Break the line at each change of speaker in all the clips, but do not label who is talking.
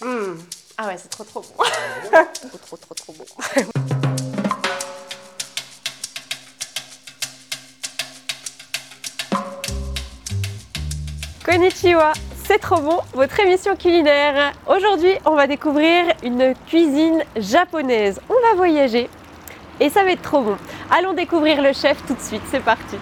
Mmh. Ah ouais, c'est trop trop bon. trop trop trop trop bon. Konnichiwa, c'est trop bon, votre émission culinaire. Aujourd'hui, on va découvrir une cuisine japonaise. On va voyager et ça va être trop bon. Allons découvrir le chef tout de suite, c'est parti.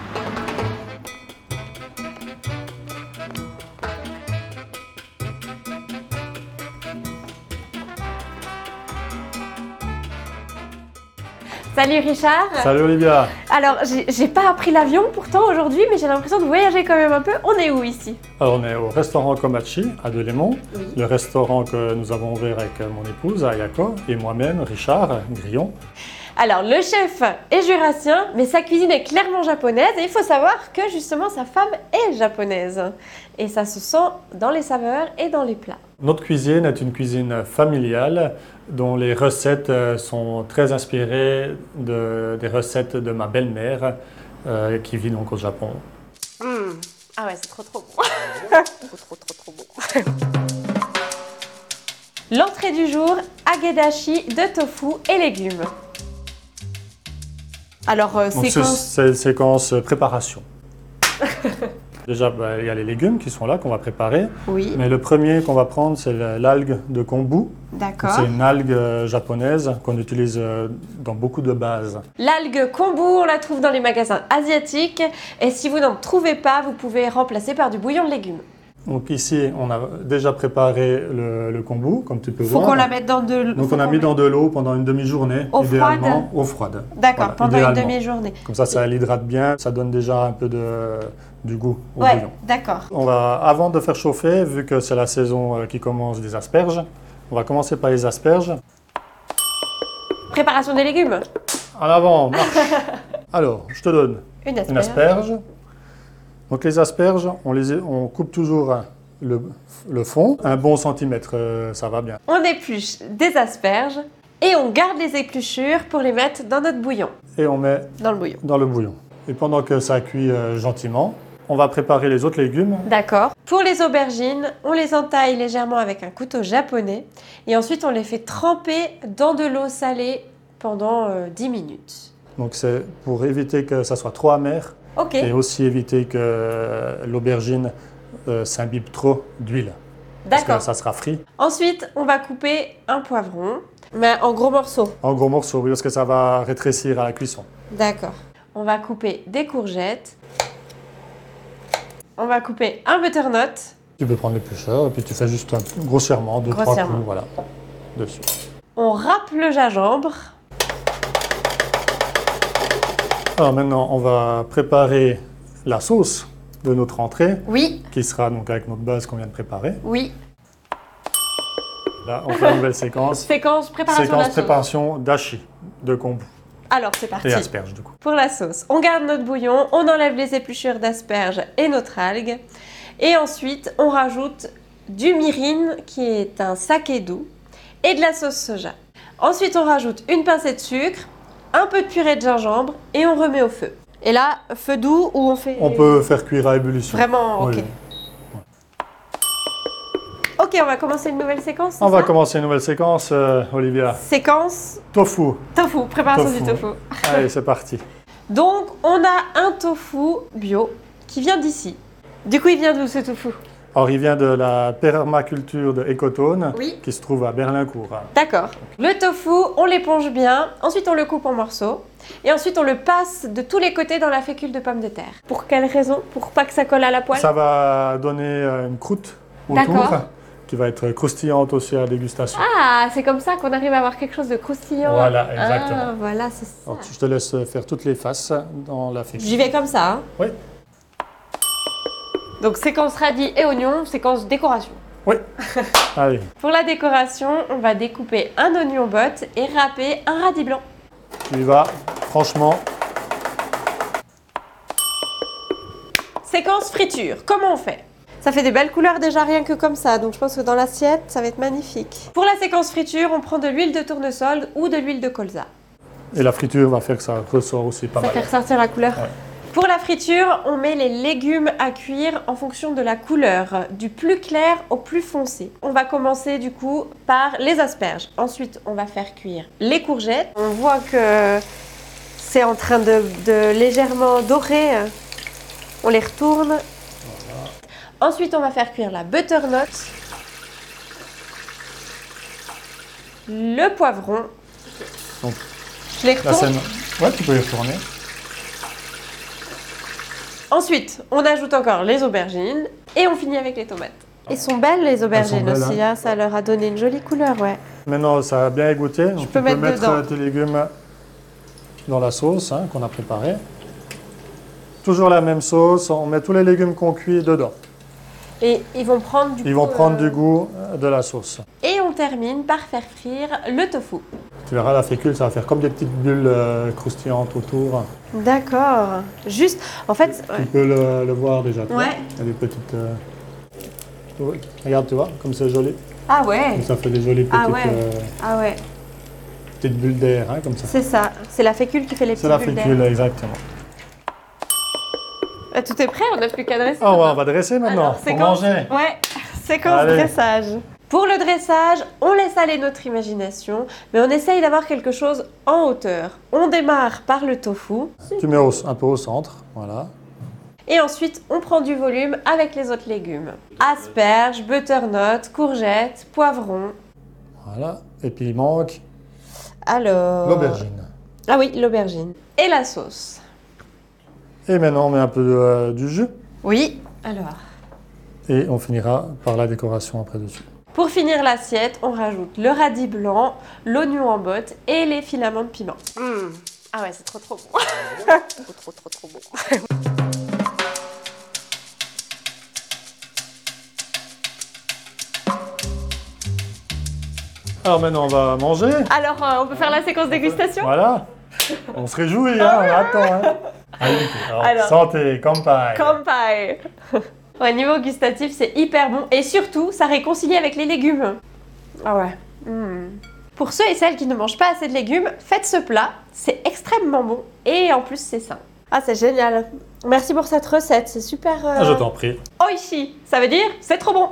Salut Richard.
Salut Olivia.
Alors, j'ai j'ai pas appris l'avion pourtant aujourd'hui, mais j'ai l'impression de voyager quand même un peu. On est où ici
Alors on est au restaurant Komachi à Delémont,
Oui.
le restaurant que nous avons ouvert avec mon épouse Ayako et moi-même Richard Grillon.
Alors, le chef est jurassien, mais sa cuisine est clairement japonaise. Et il faut savoir que justement, sa femme est japonaise. Et ça se sent dans les saveurs et dans les plats.
Notre cuisine est une cuisine familiale dont les recettes euh, sont très inspirées de- des recettes de ma belle-mère euh, qui vit donc au Japon.
Ah ouais, c'est trop trop bon. trop trop trop trop bon. L'entrée du jour, agedashi de tofu et légumes. Alors, euh,
Donc c'est-
séquence-
c'est une séquence préparation. Déjà, ben, il y a les légumes qui sont là qu'on va préparer.
Oui,
Mais le premier qu'on va prendre, c'est la- l'algue de kombu.
d'accord.
C'est une algue euh, japonaise qu'on utilise euh, dans beaucoup de bases.
L'algue kombu, on la trouve dans les magasins asiatiques. Et si vous n'en trouvez pas, vous pouvez remplacer par du bouillon de légumes.
Donc ici, on a déjà préparé le, le kombu, comme tu peux
Faut
voir.
qu'on la mette dans de
Donc
faut
on a
qu'on
mis
mette-
dans de l'eau pendant une demi-journée,
Eau
idéalement eau froide.
D'accord,
voilà,
pendant une
idéalement.
demi-journée.
Comme ça, ça l'hydrate bien, ça donne déjà un peu de, du goût au
Ouais,
bouillon.
d'accord.
On va, avant de faire chauffer, vu que c'est la saison euh, qui commence des asperges, on va commencer par les asperges.
Préparation des légumes.
En avant, marche Alors, je te donne
Une asperge.
Une asperge. Donc les asperges, on, les, on coupe toujours le, le fond. Un bon centimètre, euh, ça va bien.
On épluche des asperges et on garde les épluchures pour les mettre dans notre bouillon.
Et on met
Dans le bouillon.
dans le bouillon. Et pendant que ça cuit euh, gentiment, on va préparer les autres légumes.
D'accord. Pour les aubergines, on les entaille légèrement avec un couteau japonais et ensuite on les fait tremper dans de l'eau salée pendant euh, 10 minutes.
Donc c'est pour éviter que ça soit trop amer
Ok.
et aussi éviter que euh, l'aubergine euh, s'imbibe trop d'huile. Parce que
D'accord.
ça sera frit.
Ensuite, on va couper un poivron, mais en gros morceaux.
En gros morceaux, oui, parce que ça va rétrécir à la cuisson.
D'accord. On va couper des courgettes. On va couper un butternut.
Tu peux prendre l'éplucheur et puis tu fais juste un- grossièrement deux, trois
Grossièrement.
coups voilà, dessus.
On râpe le gingembre.
Alors maintenant, on va préparer la sauce de notre entrée,
Oui,
qui sera donc avec notre base qu'on vient de préparer.
oui.
Là, on fait une nouvelle séquence.
Séquence préparation de la
séquence
sauce.
préparation d'ashi, de kombu
Alors c'est parti.
et asperges du coup.
Pour la sauce, on garde notre bouillon, on enlève les épluchures d'asperges et notre algue. Et ensuite, on rajoute du mirin, qui est un saké doux, et de la sauce soja. Ensuite, on rajoute une pincée de sucre, un peu de purée de gingembre, et on remet au feu. Et là, feu doux où on fait...
On peut faire cuire à ébullition.
Vraiment, ok.
Oui.
Ok, on va commencer une nouvelle séquence. c'est
On va
ça
commencer une nouvelle séquence, euh, Olivia.
Séquence
Tofu.
tofu, préparation
Tofu.
du tofu.
Allez, c'est parti.
Donc, on a un tofu bio qui vient d'ici. Du coup, il vient d'où ce tofu
Alors, il vient de la permaculture de Ecotone,
Oui.
qui se trouve à Berlincourt.
D'accord. Le tofu, on l'éponge bien, ensuite on le coupe en morceaux, et ensuite on le passe de tous les côtés dans la fécule de pomme de terre. Pour quelle raison Pour pas que ça colle à la poêle
Ça va donner euh, une croûte autour,
D'accord.
qui va être croustillante aussi à la dégustation.
Ah, c'est comme ça qu'on arrive à avoir quelque chose de croustillant.
Voilà, exactement.
oh. Ah, voilà, c'est ça.
Alors, tu- je te laisse faire toutes les faces dans la fiche.
J'y vais comme ça. hein.
Oui.
Donc séquence radis et oignons, séquence décoration.
Allez.
Pour la décoration, on va découper un oignon botte et râper un radis blanc.
Tu y vas, franchement.
Séquence friture, comment on fait Ça fait des belles couleurs déjà rien que comme ça, donc je pense que dans l'assiette, ça va être magnifique. Pour la séquence friture, on prend de l'huile de tournesol ou de l'huile de colza.
Et la friture va faire que ça ressort aussi pas
Ça
mal.
fait ressortir la couleur.
Ouais.
Pour la friture, on met les légumes à cuire en fonction de la couleur, du plus clair au plus foncé. On va commencer du coup par les asperges. Ensuite, on va faire cuire les courgettes. On voit que c'est en train de, de légèrement dorer. On les retourne. Ensuite, on va faire cuire la butternut, le poivron.
Donc,
Je les
La
retourne.
scène. Ouais, tu peux y retourner.
Ensuite, on ajoute encore les aubergines et on finit avec les tomates. Elles sont belles les aubergines
belles,
aussi, hein, ça leur a donné une jolie couleur, ouais.
Maintenant, ça a bien égoutté. Donc, tu
peux
peux
mettre
mettre,
dedans.
euh, tes légumes dans la sauce hein, qu'on a préparée. Toujours la même sauce. On met tous les légumes qu'on cuit dedans.
Et ils vont prendre du
Ils vont
coup,
prendre
euh,
du goût euh, de la sauce.
Et on termine par faire frire le tofu.
Tu verras, la fécule, ça va faire comme des petites bulles euh, croustillantes autour.
D'accord. Juste, en fait,
Tu peux le, le voir déjà. toi.
Ouais.
Il y a des petites. euh, oui. Regarde, tu vois, comme c'est joli.
ah ouais,
Comme ça fait des jolies petites,
Ah ouais.
euh,
ah ouais,
petites bulles d'air, hein, comme ça.
c'est ça. C'est la fécule qui fait les
C'est
petites
la
bulles d'air.
fécule, exactement.
Ah, Tout est prêt, on n'a plus qu'à dresser.
Ah ouais, on va dresser maintenant
Alors,
pour
c'est quand-
manger.
Ouais, séquence
Ah. Allez.
dressage. Pour le dressage, on laisse aller notre imagination, mais on essaye d'avoir quelque chose en hauteur. On démarre par le tofu,
Tu mets au- un peu au centre, voilà.
et ensuite on prend du volume avec les autres légumes. Asperges, butternut, courgettes, poivrons.
Voilà. Et puis il manque
Alors...
l'aubergine.
Ah oui, l'aubergine. Et la sauce.
Et maintenant, on met un peu euh, du jus
Oui. Alors...
et on finira par la décoration après dessus.
Pour finir l'assiette, on rajoute le radis blanc, l'oignon en botte et les filaments de piment. Ah ouais, c'est trop trop bon. trop trop trop trop bon.
Alors maintenant, on va manger.
Alors, euh, on peut faire la séquence dégustation
Voilà. On se réjouit, hein, on attend. hein. Allez, alors,
Ah. Alors.
santé, campagne.
Kampai Ouais, niveau gustatif, c'est hyper bon et surtout, ça réconcilie avec les légumes. Ah ouais. Mm. Pour ceux et celles qui ne mangent pas assez de légumes, faites ce plat, c'est extrêmement bon et en plus c'est sain. Ah, c'est
Ah,
génial. Merci pour cette recette, c'est super. euh,
Je t'en prie.
Oishi, ça veut dire c'est trop bon.